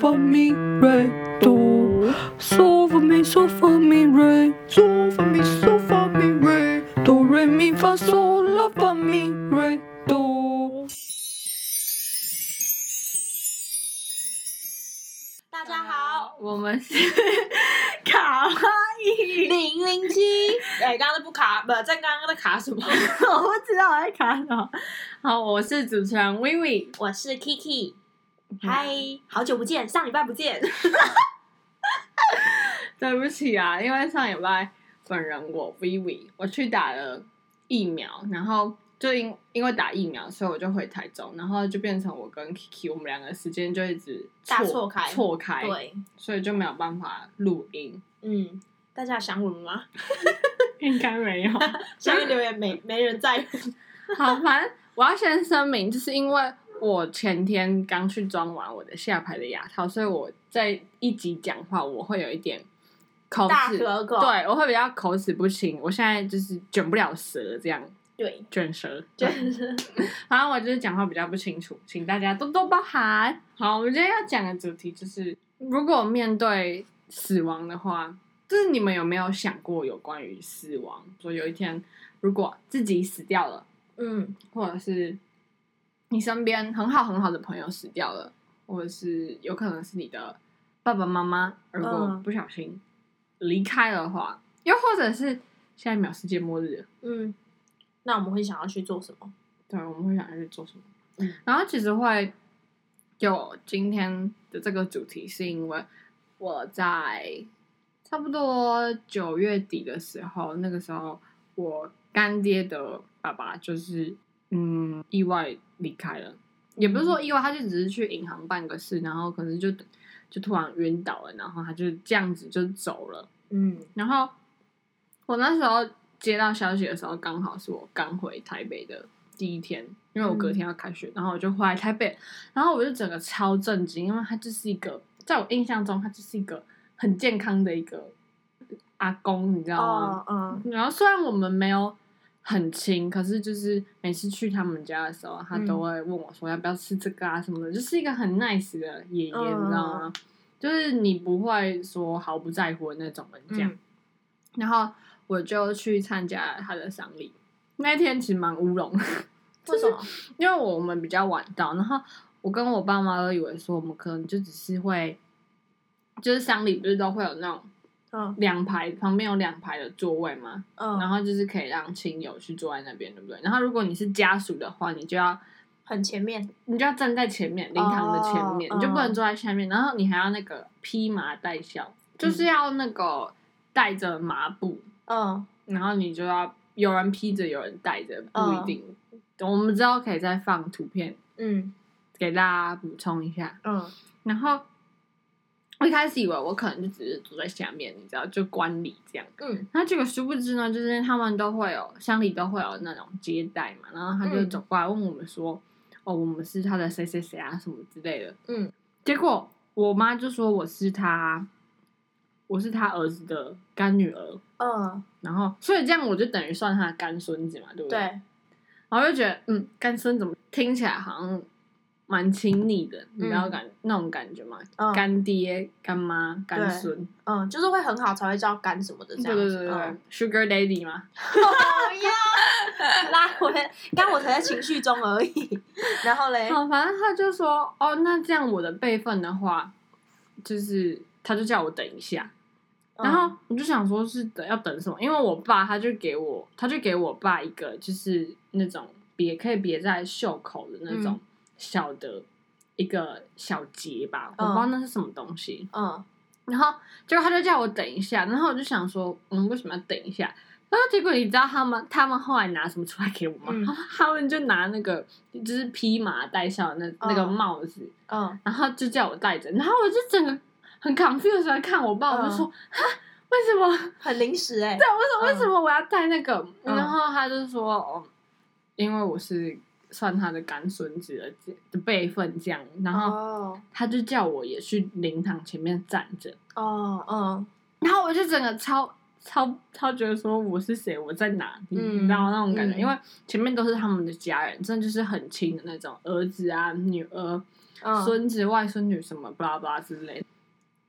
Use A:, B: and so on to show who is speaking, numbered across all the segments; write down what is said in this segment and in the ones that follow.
A: for me right do so for me so for me right so for me so for me right do re mi fa so la for me right do
B: 大家好，
C: 我们是卡哇伊，
B: 零零七。哎，刚刚都不卡，不，在刚刚在卡什么？
C: 我不知道我在卡什么。好，我是主持人 v i v i
B: 我是 Kiki，嗨，好久不见，上礼拜不见。
C: 对不起啊，因为上礼拜本人我 v i v i 我去打了疫苗，然后就因因为打疫苗，所以我就回台中，然后就变成我跟 Kiki 我们两个时间就一直
B: 大
C: 错
B: 错开
C: 错开，
B: 对，
C: 所以就没有办法录音，
B: 嗯，大家有想我们吗？
C: 应该没有。
B: 下面留言没没人在乎。
C: 好，反正我要先声明，就是因为我前天刚去装完我的下排的牙套，所以我在一集讲话我会有一点口
B: 大
C: 齿，
B: 舌头
C: 对我会比较口齿不清。我现在就是卷不了舌，这样
B: 对，
C: 卷舌。
B: 就
C: 对，
B: 是
C: 反正我就是讲话比较不清楚，请大家多多包涵。好，我们今天要讲的主题就是，如果面对死亡的话，就是你们有没有想过有关于死亡？说有一天如果自己死掉了。
B: 嗯，
C: 或者是你身边很好很好的朋友死掉了，或者是有可能是你的爸爸妈妈，如果
B: 嗯
C: 不小心离开的话，又或者是下一秒世界末日了，
B: 嗯，那我们会想要去做什么？
C: 对，我们会想要去做什么？
B: 嗯
C: 然后其实会有今天的这个主题，是因为我在差不多九月底的时候，那个时候我干爹的爸爸就是嗯意外离开了，也不是说意外，他就只是去银行办个事，然后可能就就突然晕倒了，然后他就这样子就走了。
B: 嗯
C: 然后我那时候接到消息的时候，刚好是我刚回台北的第一天，因为我隔天要开学，然后我就回来台北，然后我就整个超震惊，因为他就是一个，在我印象中，他就是一个很健康的一个阿公，你知道吗？
B: 哦嗯
C: 然后虽然我们没有很亲，可是就是每次去他们家的时候，他
B: 嗯
C: 都会问我说要不要吃这个啊什么的，就是一个很 nice 的爷爷，
B: 嗯
C: 你知道吗？就是你不会说毫不在乎的那种人这样。
B: 嗯
C: 然后我就去参加他的丧礼，那天其实蛮乌龙的，
B: 为什么？
C: 因为我们比较晚到，然后我跟我爸妈都以为说我们可能就只是会，就是丧礼不是都会有那种
B: 嗯
C: 两排旁边有两排的座位吗？
B: 嗯，
C: 然后就是可以让亲友去坐在那边，对不对？然后如果你是家属的话，你就要
B: 很前面，
C: 你就要站在前面，灵堂的前面，
B: 哦
C: 你就不能坐在下面。然后你还要那个披麻戴孝，就是要那个带着麻布，
B: 嗯
C: 然后你就要有人披着，有人带着，不一定。
B: 哦
C: 我们之后可以再放图片
B: 嗯
C: 给大家补充一下。
B: 嗯
C: 然后我一开始以为我可能就只是坐在下面，你知道，就观礼这样。
B: 嗯
C: 那这个殊不知呢，就是他们都会有乡里都会有那种接待嘛，然后他就
B: 嗯
C: 走过来问我们说：“哦，我们是他的谁谁谁啊，什么之类的。”
B: 嗯，
C: 结果我妈就说我是他，我是他儿子的干女儿，
B: 嗯，
C: 然后所以这样我就等于算他的干孙子嘛，对不对？
B: 对，
C: 然后就觉得嗯，干孙怎么听起来好像蛮亲昵的，你知道
B: 嗯
C: 感、那种感觉吗？
B: 嗯
C: 干爹、干妈、干
B: 对
C: 孙，
B: 嗯，就是会很好才会知道干什么的这
C: 对
B: 样
C: 对
B: 子。
C: 对对、
B: 嗯
C: s u g a r Daddy 嘛。
B: 讨厌， 拉回来，刚刚我才在情绪中而 已。然后嘞，
C: 好，反正他就说，哦，那这样我的备份的话，就是他就叫我等一下，
B: 嗯
C: 然后我就想说是等要等什么，因为我爸他就给我，他就给我爸一个就是那种别可以别在袖口的那种
B: 嗯
C: 小的一个小结吧，我不知道那是什么东西，
B: 嗯
C: 然后结果他就叫我等一下，然后我就想说，嗯，为什么要等一下？然后结果你知道他们他们后来拿什么出来给我吗？
B: 嗯
C: 他们就拿那个就是披麻戴孝的那那个
B: 嗯
C: 帽子，
B: 嗯
C: 然后就叫我戴着，然后我就整个很 confused 地看我爸，我就说啊，为什么？
B: 嗯，很临时哎、
C: 对，我说
B: 嗯
C: 为什么我要戴那个？
B: 嗯
C: 然后他就说，哦，因为我是算他的干孙子的这的辈分这样，然后
B: 哦
C: 他就叫我也去灵堂前面站着，
B: 哦嗯
C: 然后我就整个超超超觉得说我是谁，我在哪，你
B: 嗯
C: 你知道吗那种感觉，
B: 嗯
C: 因为前面都是他们的家人，真的就是很亲的那种儿子啊、女儿，
B: 嗯
C: 孙子、外孙女什么巴拉巴拉之类的。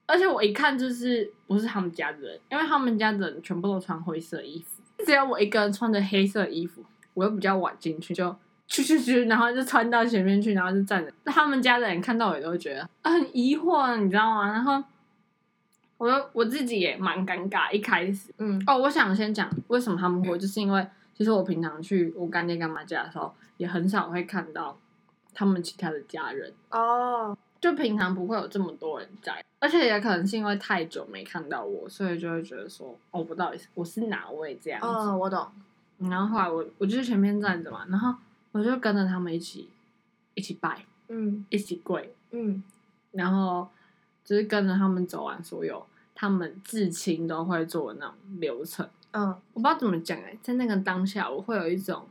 C: 而且我一看就是不是他们家的人，因为他们家的人全部都穿灰色衣服，只有我一个人穿着黑色衣服。我又比较晚进去，就去去去，然后就穿到前面去，然后就站着。他们家的人看到我也都会觉得啊很疑惑，你知道吗？然后我又我自己也蛮尴尬，一开始。
B: 嗯
C: 哦，我想先讲为什么他们会，就是因为其实我平常去我干爹干妈家的时候，也很少会看到他们其他的家人，
B: 哦，
C: 就平常不会有这么多人在，而且也可能是因为太久没看到我，所以就会觉得说，哦，我到底是我是哪位这样子。
B: 嗯，我懂，
C: 然后后来我我就是前面站着嘛，然后我就跟着他们一起一起拜，
B: 嗯
C: 一起跪，
B: 嗯
C: 然后就是跟着他们走完所有他们至亲都会做的那种流程。
B: 嗯，
C: 我不知道怎么讲哎、在那个当下，我会有一种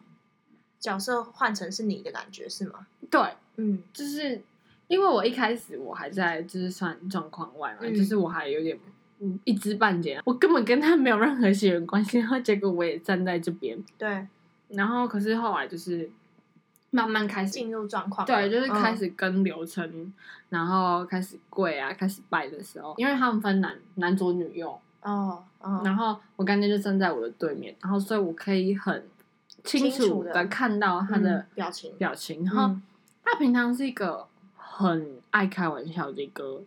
B: 角色换成是你的感觉是吗？
C: 对，
B: 嗯
C: 就是因为我一开始我还在就是算状况外嘛，
B: 嗯
C: 就是我还有点嗯一知半解，我根本跟他没有任何血缘关系，然后结果我也站在这边，
B: 对，
C: 然后可是后来就是慢慢开始
B: 进入状况，
C: 对，就是开
B: 嗯
C: 始跟流程，然后开始跪啊，开始拜的时候，因为他们分男男左女右，
B: 哦哦，
C: 然后我干爹就站在我的对面，然后所以我可以很清
B: 清楚
C: 楚
B: 地
C: 的看到他的
B: 嗯表情
C: 表情。然后
B: 嗯
C: 他平常是一个很爱开玩笑的一个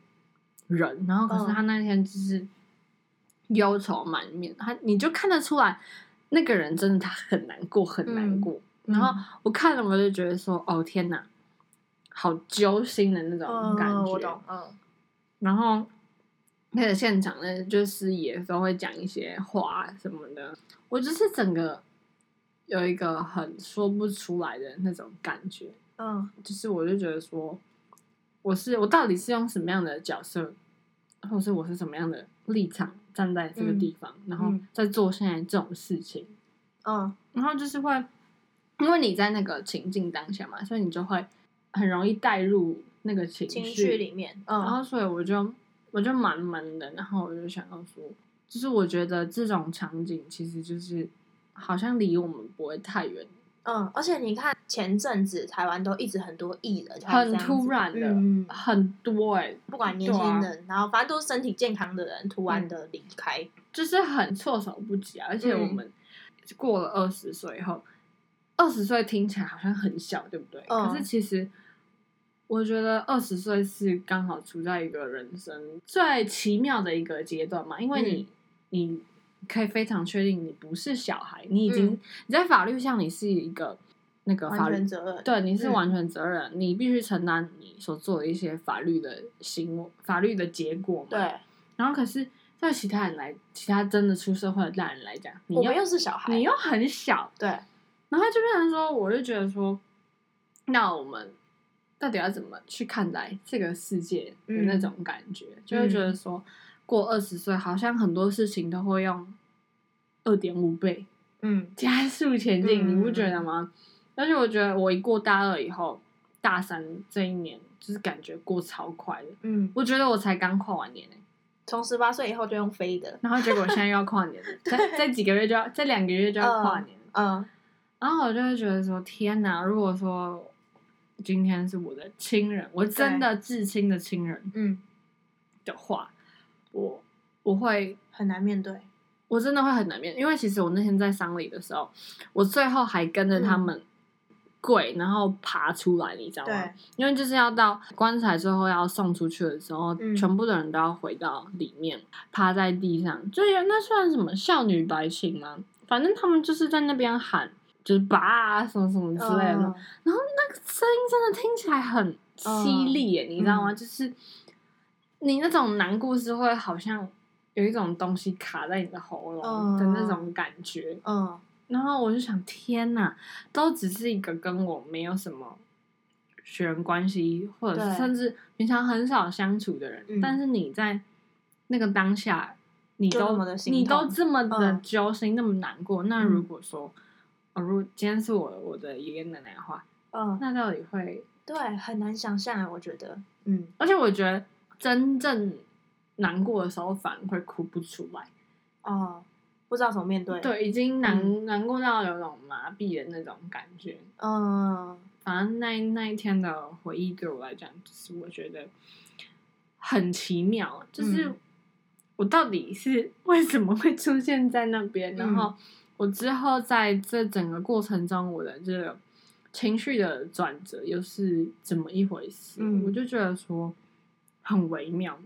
C: 人，然后可
B: 嗯
C: 是他那天就是忧愁满面，他你就看得出来，那个人真的他很难过，很难过。
B: 嗯
C: 然后我看了我就觉得说，哦天哪，好揪心的那种感觉。
B: 嗯，我懂，嗯
C: 然后那个现场呢，就是师爷都会讲一些话什么的，我就是整个有一个很说不出来的那种感觉，
B: 嗯
C: 就是我就觉得说，我是我到底是用什么样的角色，或是我是什么样的立场站在这个地方，然后
B: 嗯
C: 在做现在这种事情，
B: 嗯
C: 然后就是会，因为你在那个情境当下嘛，所以你就会很容易带入那个情
B: 情绪里面，嗯，
C: 然后所以我就我就蛮闷的，然后我就想要说，就是我觉得这种场景其实就是好像离我们不会太远，
B: 嗯，而且你看前阵子台湾都一直很多艺人，
C: 很突，然的，
B: 嗯，嗯
C: 很多哎、
B: 不管年轻人，然后反正都是身体健康的人突
C: 嗯
B: 然的离开，
C: 就是很措手不及啊。而且我
B: 嗯
C: 们过了二十岁以后，二十岁听起来好像很小，对不对？
B: 嗯
C: 可是其实。我觉得二十岁是刚好处在一个人生最奇妙的一个阶段嘛，因为你、你可以非常确定你不是小孩，你已经、
B: 嗯嗯
C: 你在法律上你是一个那个法
B: 完
C: 律
B: 全责任，
C: 对，你是
B: 嗯
C: 完全责任，你必须承担你所做的一些法律的行为法律的结果嘛。
B: 对，
C: 然后可是对其他人来，其他真的出社会的大人来讲，你
B: 我
C: 又
B: 们又是小孩，
C: 你又很小，
B: 对，
C: 然后就变成说，我就觉得说，那我们到底要怎么去看待这个世界的那
B: 嗯
C: 种感觉？就会觉得说，过二十岁好像很多事情都会用二点五倍
B: 嗯
C: 加速前进，
B: 嗯
C: 你不觉得吗？而且我觉得我一过大二以后，大三这一年就是感觉过超快的，
B: 嗯，
C: 我觉得我才刚跨完年、欸
B: 从十八岁以后就用飞的，
C: 然后结果现在又要跨年了，在在几个月就要，在两个月就要跨年了。
B: 嗯
C: 然后我就会觉得说，天哪！如果说今天是我的亲人，我真的至亲的亲人
B: 嗯，
C: 的话，我我会
B: 很难面对，
C: 我真的会很难面，因为其实我那天在丧礼的时候，我最后还跟着他
B: 嗯
C: 们跪，然后爬出来，你知道吗
B: 对？
C: 因为就是要到棺材最后要送出去的时候，
B: 嗯
C: 全部的人都要回到里面，趴在地上，就有那算什么少女白情吗？反正他们就是在那边喊，就是爸啊什么什么之类的，
B: 嗯
C: 然后那个声音真的听起来很犀利耶，你知道吗？
B: 嗯
C: 就是你那种难过是会好像有一种东西卡在你的喉咙的那种感觉。
B: 嗯
C: 然后我就想，天哪，都只是一个跟我没有什么血缘关系，或者
B: 对
C: 是甚至平常很少相处的人，
B: 嗯
C: 但是你在那个当下，你
B: 就那
C: 都
B: 么的心
C: 你都
B: 痛
C: 这么的
B: 嗯
C: 揪心，那么难过。那
B: 嗯
C: 如果说，哦，如果今天是我我的爷爷奶奶的话，
B: 嗯，
C: 那到底会？
B: 对，很难想象啊，我觉得，嗯
C: 而且我觉得真正难过的时候，反而会哭不出来。
B: 哦，不知道怎么面对，，
C: 嗯对，已经难、难过到有种麻痹的那种感觉。
B: 嗯
C: 反正那那一天的回忆对我来讲，就是我觉得很奇妙，就是
A: 嗯
C: 我到底是 为什么会出现在那边，然后我之后在这整个过程中，我的这个情绪的转折又是怎么一回事，
A: 嗯
C: 我就觉得说很微妙。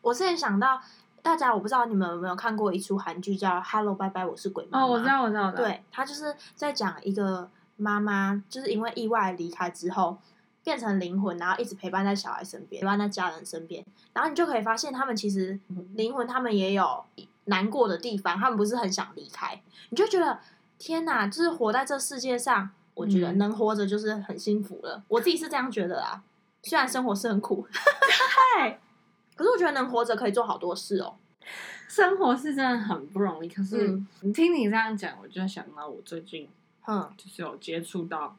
B: 我之前想到大家，我不知道你们有没有看过一出韩剧叫《Hello 拜拜，我是鬼妈妈》。
C: 哦，我知。道，我知道，我知道，
B: 对，他就是在讲一个妈妈，就是因为意外离开之后，变成灵魂，然后一直陪伴在小孩身边，陪伴在家人身边，然后你就可以发现，他们其实
C: 嗯
B: 灵魂，他们也有难过的地方，他们不是很想离开，你就觉得天哪，就是活在这世界上，我觉得
C: 嗯
B: 能活着就是很幸福了，我自己是这样觉得啊，虽然生活是很苦， 可是我觉得能活着可以做好多事哦，
C: 生活是真的很不容易。可是
B: 嗯
C: 你听你这样讲，我就想到我最近
B: 嗯
C: 就是有接触到，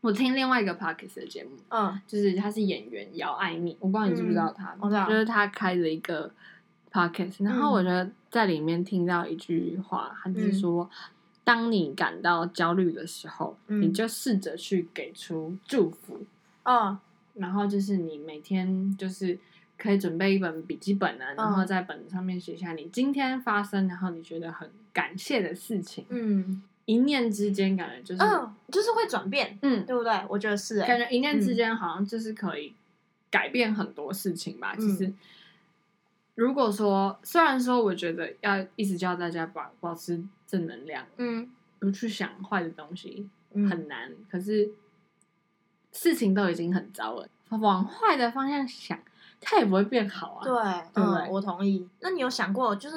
C: 我听另外一个 Parkes 的节目，
B: 嗯
C: 就是他是演员姚艾蜜，我不知道你知不知道他，
B: 我知道嗯
C: 就是他开了一个 Parkes，然后我觉得在里面听到一句话，他就是说。当你感到焦虑的时候，
B: 嗯
C: 你就试着去给出祝福，
B: 嗯
C: 然后就是你每天就是可以准备一本笔记本啊，
B: 嗯
C: 然后在本子上面写下你今天发生，然后你觉得很感谢的事情，
B: 嗯
C: 一念之间感觉就是，
B: 嗯，就是会转变，
C: 嗯，
B: 对不对？我觉得是、欸，
C: 感觉一念之间好像就是可以改变很多事情吧。
B: 嗯
C: 其实，如果说虽然说我觉得要一直教大家保保持正能量，
B: 嗯。
C: 不去想坏的东西，
B: 嗯
C: 很难。可是事情都已经很糟了，往坏的方向想，它也不会变好啊。
B: 对，
C: 对
B: 嗯，我同意。那你有想过，就是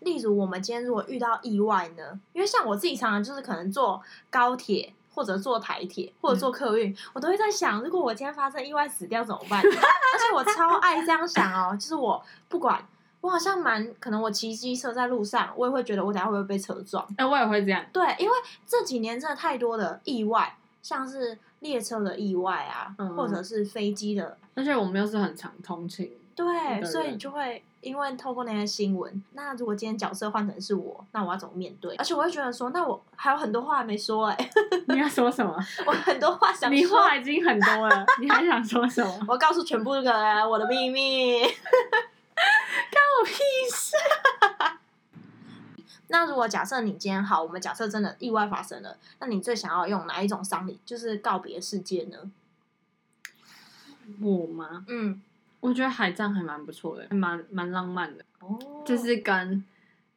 B: 例如我们今天如果遇到意外呢？因为像我自己常常就是可能坐高铁。或者坐台铁，
C: 嗯
B: 或者坐客运，我都会在想，如果我今天发生意外死掉怎么 办？而且我超爱这样想哦，就是我不管，我好像蛮可能我骑机车在路上，我也会觉得我等下会不会被车撞？
C: 哎、我也会这样。
B: 对，因为这几年真的太多的意外，像是列车的意外啊，
C: 嗯
B: 或者是飞机的
C: 而且我们又是很常通勤，
B: 对，
C: 的
B: 所以
C: 人
B: 你就会因为透过那些新闻，那如果今天角色换成是我，那我要怎么面对？而且我会觉得说，那我还有很多话还没说哎、
C: 你要说什么？
B: 我很多话想
C: 你
B: 说。
C: 话已经很多了，你还想说 什么？
B: 我告诉全部的人我的秘 密，干我屁事！那如果假设你今天好，我们假设真的意外发生了，那你最想要用哪一种丧礼，就是告别世界呢？
C: 我吗？
B: 嗯，
C: 我觉得海葬还蛮不错的，还蛮蛮浪漫的，
B: 哦，
C: 就是跟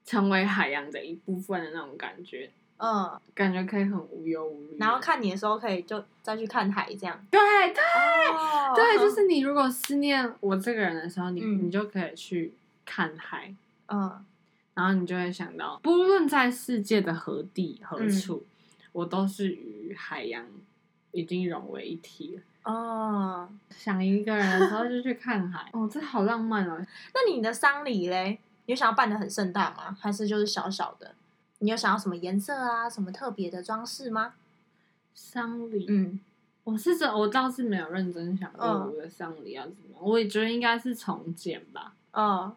C: 成为海洋的一部分的那种感觉，
B: 嗯，
C: 感觉可以很无忧无虑。
B: 然后看你的时候可以就再去看海这样。
C: 对对
B: 哦
C: 对，就是你如果思念我这个人的时候，你、
B: 嗯
C: 你就可以去看海，
B: 嗯
C: 然后你就会想到，不论在世界的何地何处，我都是与海洋已经融为一体了。
B: 哦，
C: 想一个人的时候就去看海， 哦，这好浪漫哦！
B: 那你的丧礼嘞，你有想要办的很盛大吗？还是就是小小的？你有想要什么颜色啊，什么特别的装饰吗？
C: 丧礼，
B: 嗯
C: 我是真，我倒是没有认真想过
B: 嗯
C: 我的丧礼要怎么样，我也觉得应该是重建吧，
B: 哦，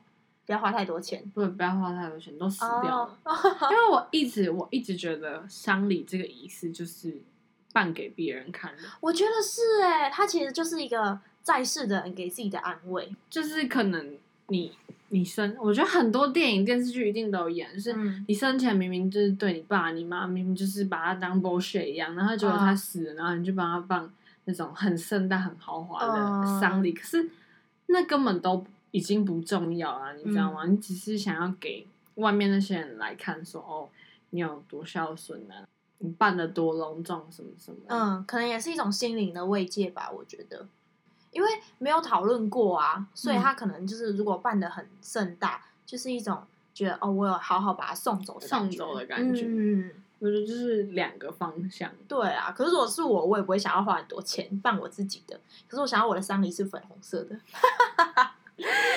B: 不要花太多钱。
C: 不然不要花太多钱，都死掉
B: 哦
C: 了。，因 为我一直我一直觉得丧礼这个仪式就是办给别人看的，
B: 我觉得是哎、它其实就是一个在世的人给自己的安慰。
C: 就是可能你你生，我觉得很多电影电视剧一定都有演，就是
B: 嗯
C: 你生前明明就是对你爸你妈，明明就是把他当 bullshit 一样，然后结果
B: 嗯
C: 他死了，然后你就帮他办那种很盛大、很豪华
B: 嗯
C: 的丧礼，可是那根本都已经不重要啊，你知道
B: 嗯
C: 吗？你只是想要给外面那些人来看说，哦，你有多孝顺啊，你办的多隆重，什么什么的，
B: 嗯，可能也是一种心灵的慰藉吧，我觉得。因为没有讨论过啊，所以他可能就是如果办的很盛大，就是一种觉得哦，我有好好把他送走的感觉
C: 送走的感觉
B: 嗯，
C: 我觉得就是两个方向。
B: 对啊，可是如果是我，我也不会想要花很多钱办我自己的。可是我想要我的丧礼是粉红色的，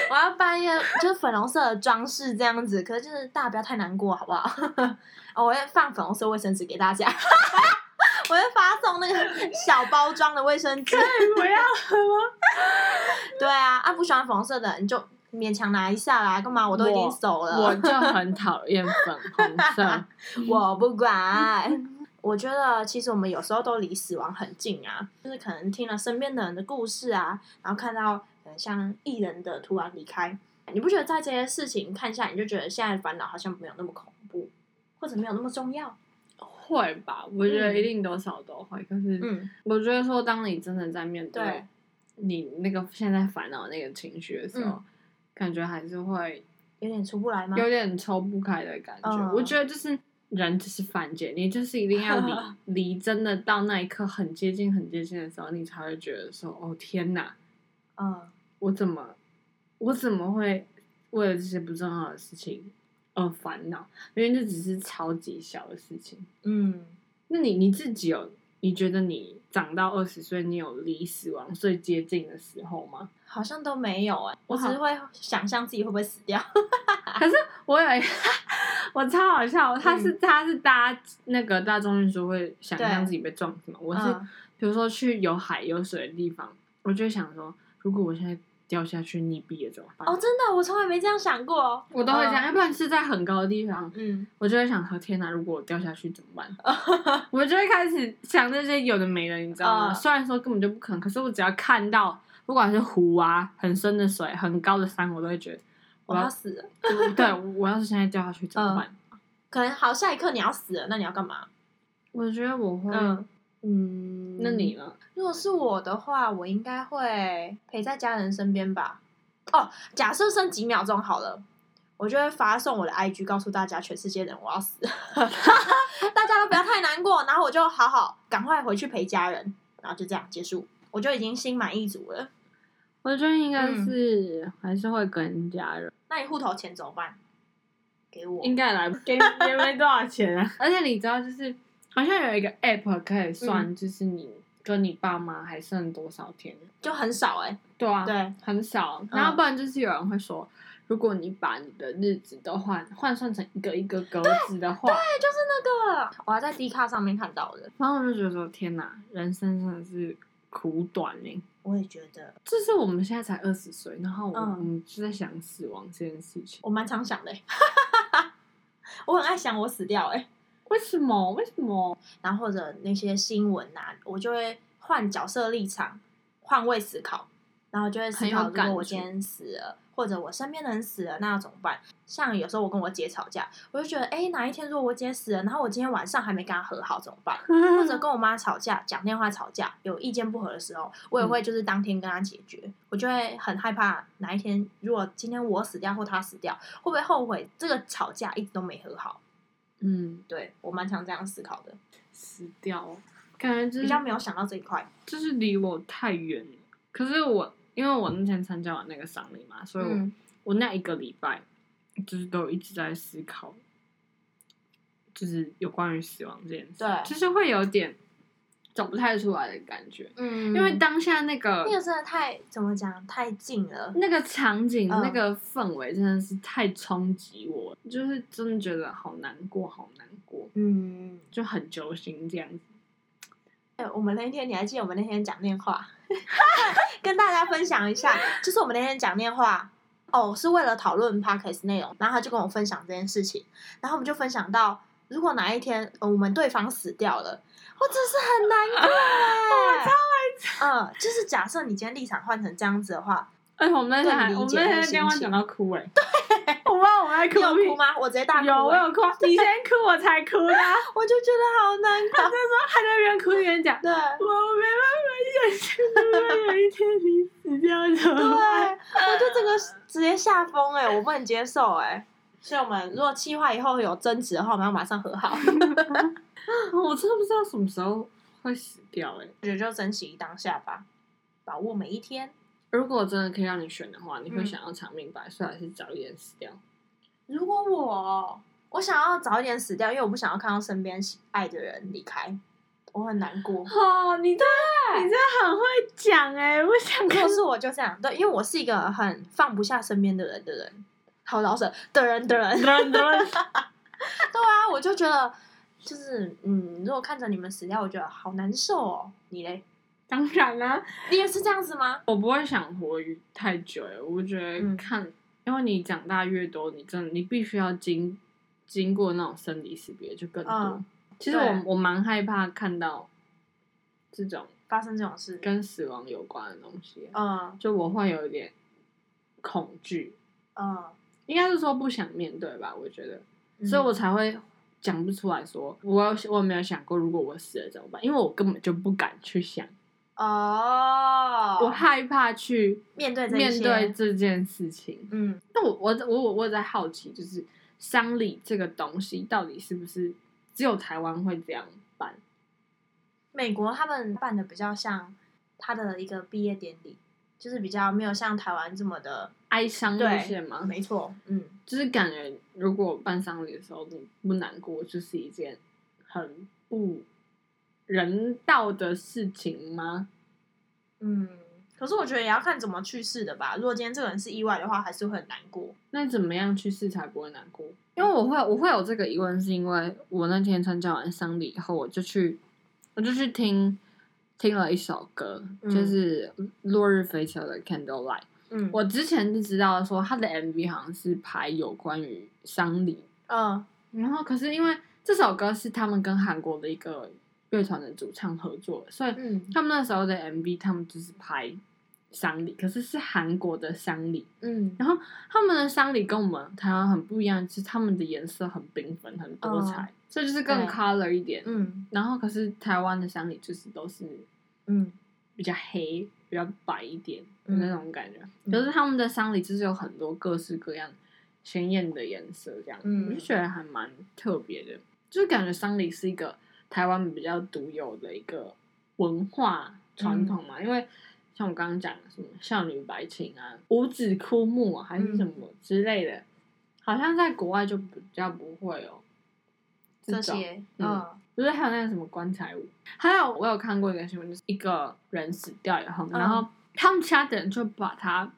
B: 我要办一个就是粉红色的装饰这样子。可是就是大家不要太难过，好不好？ 哦，我会放粉红色卫生纸给大家， 我会发送那个小包装的卫生纸。
C: 不要
B: 对啊，啊不喜欢粉红色的你就勉强拿一下啦，干嘛？我都已经
C: 我
B: 熟了，
C: 我就很讨厌粉红色。
B: 我不管。 我觉得其实我们有时候都离死亡很近啊，就是可能听了身边的人的故事啊，然后看到呃像艺人的突然离开，你不觉得在这些事情看下来，你就觉得现在的烦恼好像没有那么恐怖，或者没有那么重要？
C: 会吧？我觉得
B: 嗯
C: 一定多少都会。可是，
B: 嗯，
C: 我觉得说，当你真的在面
B: 对
C: 对你那个现在烦恼的那个情绪的时
B: 嗯
C: 候，感觉还是会
B: 有点出不来吗？
C: 有点抽不开的感觉。
B: 嗯
C: 我觉得就是人就是犯贱，你就是一定要离 离真的到那一刻很接近、很接近的时候，你才会觉得说：“哦天哪，
B: 嗯，
C: 我怎么我怎么会为了这些不重要的事情而烦恼？因为这只是超级小的事情。”
B: 嗯，
C: 那你你自己有你觉得你长到二十岁，你有离死亡最接近的时候吗？
B: 好像都没有哎、我只是会想象自己会不会死掉。
C: 我有一， 我超好笑，他是、他是搭那个大众运输会想象
B: 嗯对
C: 自己被撞死嘛？我是、
B: 嗯
C: 比如说去有海有水的地方，我就会想说，如果我现在掉下去溺毙了怎么办？
B: 哦，真的，我从来没这样想过。
C: 我都会这样，
B: 嗯
C: 要不然是在很高的地方，
B: 嗯，
C: 我就会想说，天哪，如果我掉下去怎么办？ 我就会开始想那些有的没的，你知道吗？
B: 嗯
C: 虽然说根本就不可能，可是我只要看到，不管是湖啊、很深的水、很高的山，我都会觉得
B: 我
C: 我要
B: 要死了，
C: 对，我要是 现在掉下去怎么办？
B: 可能好，下一刻你要死了，那你要干嘛？
C: 我觉得我会，
B: 嗯嗯，
C: 那你呢？
B: 如果是我的话，我应该会陪在家人身边吧。哦，假设剩几秒钟好了，我就会发送我的 IG 告诉大家，全世界人我要死， 大家都不要太难过。然后我就好好赶快回去陪家人，然后就这样结束，我就已经心满意足了。
C: 我觉得应该是、还是会跟家人，
B: 那你户头钱怎么办？给我。
C: 应该来 给你也没多少钱啊。 而且你知道，就是好像有一个 app 可以算，就是你跟你爸妈还剩多少天。
B: 就很少哎、
C: 对啊，
B: 对，
C: 很少。
B: 嗯
C: 然后不然就是有人会说，如果你把你的日子都换换算成一个一个格子的话，
B: 就是那个我还在 D 卡上面看到的，
C: 然后我就觉得说，天哪，人生真的是苦短呢、
B: 我也觉得
C: 就是我们现在才二十岁，然后我
B: 嗯
C: 们,、我们就在想死亡这件事情，
B: 我蛮常想的、欸， 我很爱想我死掉哎、
C: 为什么？为什么？
B: 然后或者那些新闻啊，我就会换角色立场，换位思考，然后就会思
C: 很有
B: 考，如
C: 感
B: 果我
C: 触
B: 今天死了，或者我身边的人死了，那要怎么办？像有时候我跟我姐吵架，我就觉得，哎，哪一天如果我姐死了，然后我今天晚上还没跟她和好，怎么办？或 者跟我妈吵架，讲电话吵架，有意见不合的时候，我
C: 嗯
B: 也会就是当天跟她解决，我就会很害怕哪一天如果今天我死掉或她死掉，会不会后悔这个吵架一直都没和好？
C: 嗯，
B: 对我蛮常这样思考的，
C: 死掉哦，感觉就
B: 比较
C: 是
B: 没有想到这一块。
C: 就是离我太远了。可是我因为我那天参加完那个丧礼嘛，所以我、
B: 嗯
C: 我那一个礼拜就是都一直在思考，就是有关于死亡这件事，
B: 对
C: 就是会有点走不太出来的感觉，
B: 嗯，
C: 因为当下那个
B: 那个真的太怎么讲太近了，
C: 那个场景、
B: 嗯
C: 那个氛围真的是太冲击我，就是真的觉得好难过，好难过，
B: 嗯，
C: 就很揪心这样子。
B: 哎、我们那天你还记得我们那天讲电话， 跟大家分享一下，就是我们那天讲电话。哦，是为了讨论 podcast 内容，然后他就跟我分享这件事情，然后我们就分享到，如果哪一天、呃我们对方死掉了，我真是很难过哎、嗯、就是假设你今天立场换成这样子的话，
C: 而哎且我们那天还，
B: 更
C: 我
B: 理
C: 们
B: 解
C: 啊那
B: 那
C: 天
B: 个
C: 电话
B: 心情
C: 讲到哭哎、我不知道我们在
B: 你有
C: 屁
B: 哭？吗？我直接大哭、
C: 有，我
B: 哎
C: 有哭，欸你先哭我才哭的啊、
B: 我就觉得好难
C: 他
B: 过
C: 就。说还在那边哭，一边讲，
B: 对，
C: 我没办法想象，如果有一天你死掉怎
B: 对，
C: 么办？
B: 我就这个直接下风哎、我不能接受哎、所以我们如果计划以后有争执的话，我们要马上和好。
C: 我真的不知道什么时候会死掉哎、
B: 我觉得就珍惜当下吧，把握每一天。
C: 如果真的可以让你选的话，你会
B: 嗯
C: 想要长命百岁，还是早一点死掉？
B: 如果我我想要早一点死掉，因为我不想要看到身边喜爱的人离开，我很难过。
C: 哦，你这你这很会讲哎、我想
B: 如
C: 看
B: 果 是我就这样，对，因为我是一个很放不下身边的人的人，好老舍的人的人。 对啊，我就觉得就是嗯，如果看着你们死掉，我觉得好难受哦。你嘞，
C: 当然啦、
B: 你也是这样子吗？
C: 我不会想活太久欸我觉得
B: 嗯
C: 看，因为你长大越多，你真的你必须要经经过那种生离死别就更多。
B: 嗯
C: 其实
B: 对
C: 我我蛮害怕看到这种
B: 发生这种事，
C: 跟死亡有关的东西，
B: 嗯
C: 就我会有一点恐惧，
B: 嗯，
C: 应该是说不想面对吧，我觉得，
B: 嗯
C: 所以我才会讲不出来说，我有我有没有想过如果我死了怎么办，因为我根本就不敢去想，
B: 哦，
C: 我害怕去
B: 面对这一
C: 面
B: 些
C: 对这件事情。
B: 嗯
C: 那我我我我我在好奇，就是丧礼这个东西到底是不是只有台湾会这样办？
B: 美国他们办的比较像他的一个毕业典礼，就是比较没有像台湾这么的，
C: 哀伤路
B: 对
C: 线吗？
B: 没错，嗯，
C: 就是感觉如果办丧礼的时候你不难过，就是一件很不人道的事情吗？
B: 嗯，可是我觉得也要看怎么去世的吧。如果今天这个人是意外的话，还是会很难过。
C: 那怎么样去世才不会难过？因为我会我会有这个疑问，是因为我那天参加完丧礼以后，我就去我就去听听了一首歌，
B: 嗯
C: 就是《落日飞车》的《Candlelight》。
B: 嗯，
C: 我之前就知道说他的 MV 好像是拍有关于丧礼，
B: 嗯
C: 然后可是因为这首歌是他们跟韩国的一个乐团的主唱合作，所以
B: 嗯
C: 他们那时候的 MV 他们就是拍丧礼，可是是韩国的丧礼，
B: 嗯
C: 然后他们的丧礼跟我们台湾很不一样，就是他们的颜色很缤纷、很多彩，所以就是更
B: 哦对
C: color 一点。
B: 嗯
C: 然后可是台湾的丧礼就是都是
B: 嗯
C: 比较黑、比较白一点的
B: 嗯
C: 那种感觉。
B: 嗯
C: 可是他们的丧礼就是有很多各式各样鲜艳的颜色，这样、
B: 嗯
C: 我就觉得还蛮特别的。就是感觉丧礼是一个台湾比较独有的一个文化
B: 嗯
C: 传统嘛，因为像我刚刚讲的什么少女白情啊、五指枯木、啊、还是
B: 嗯
C: 什么之类的，好像在国外就比较不会有
B: 这
C: 种
B: 些，
C: 嗯
B: 嗯
C: 不是还有那个什么棺材屋，还有我有看过一个新闻，就是一个人死掉以后，
B: 嗯
C: 然后他们家的人就把他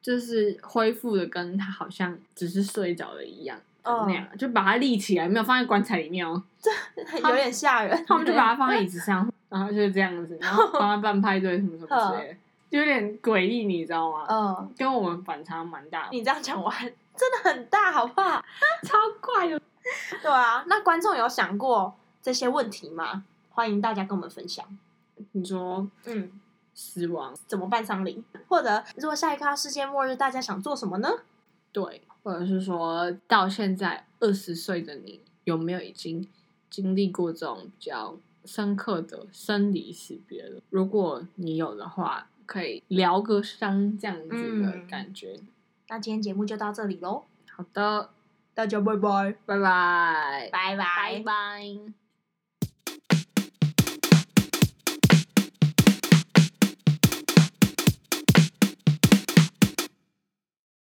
C: 就是恢复的跟他好像只是睡着了一样。
B: 嗯
C: 那样就把他立起来，没有放在棺材里面哦，
B: 有点吓人。
C: 他们就把 他放在椅子上，然后就是这样子，然后帮他办派对什么什么之类的，就有点诡异，你知道吗？
B: 嗯，
C: 跟我们反差蛮大的，
B: 你这样讲完真的很大，好不好？
C: 超怪的。
B: 对啊，那观众有想过这些问题吗？欢迎大家跟我们分享。
C: 你说
B: 嗯，
C: 死亡，
B: 怎么办丧礼？或者如果下一个世界末日，大家想做什么呢？
C: 对，或者是说到现在二十岁的你，有没有已经经历过这种比较深刻的生离死别了？如果你有的话，可以疗个伤这样子的
B: 嗯
C: 感觉。
B: 那今天节目就到这里喽，
C: 好的，
B: 大家拜拜，
C: 拜拜，
B: 拜拜。
C: 拜。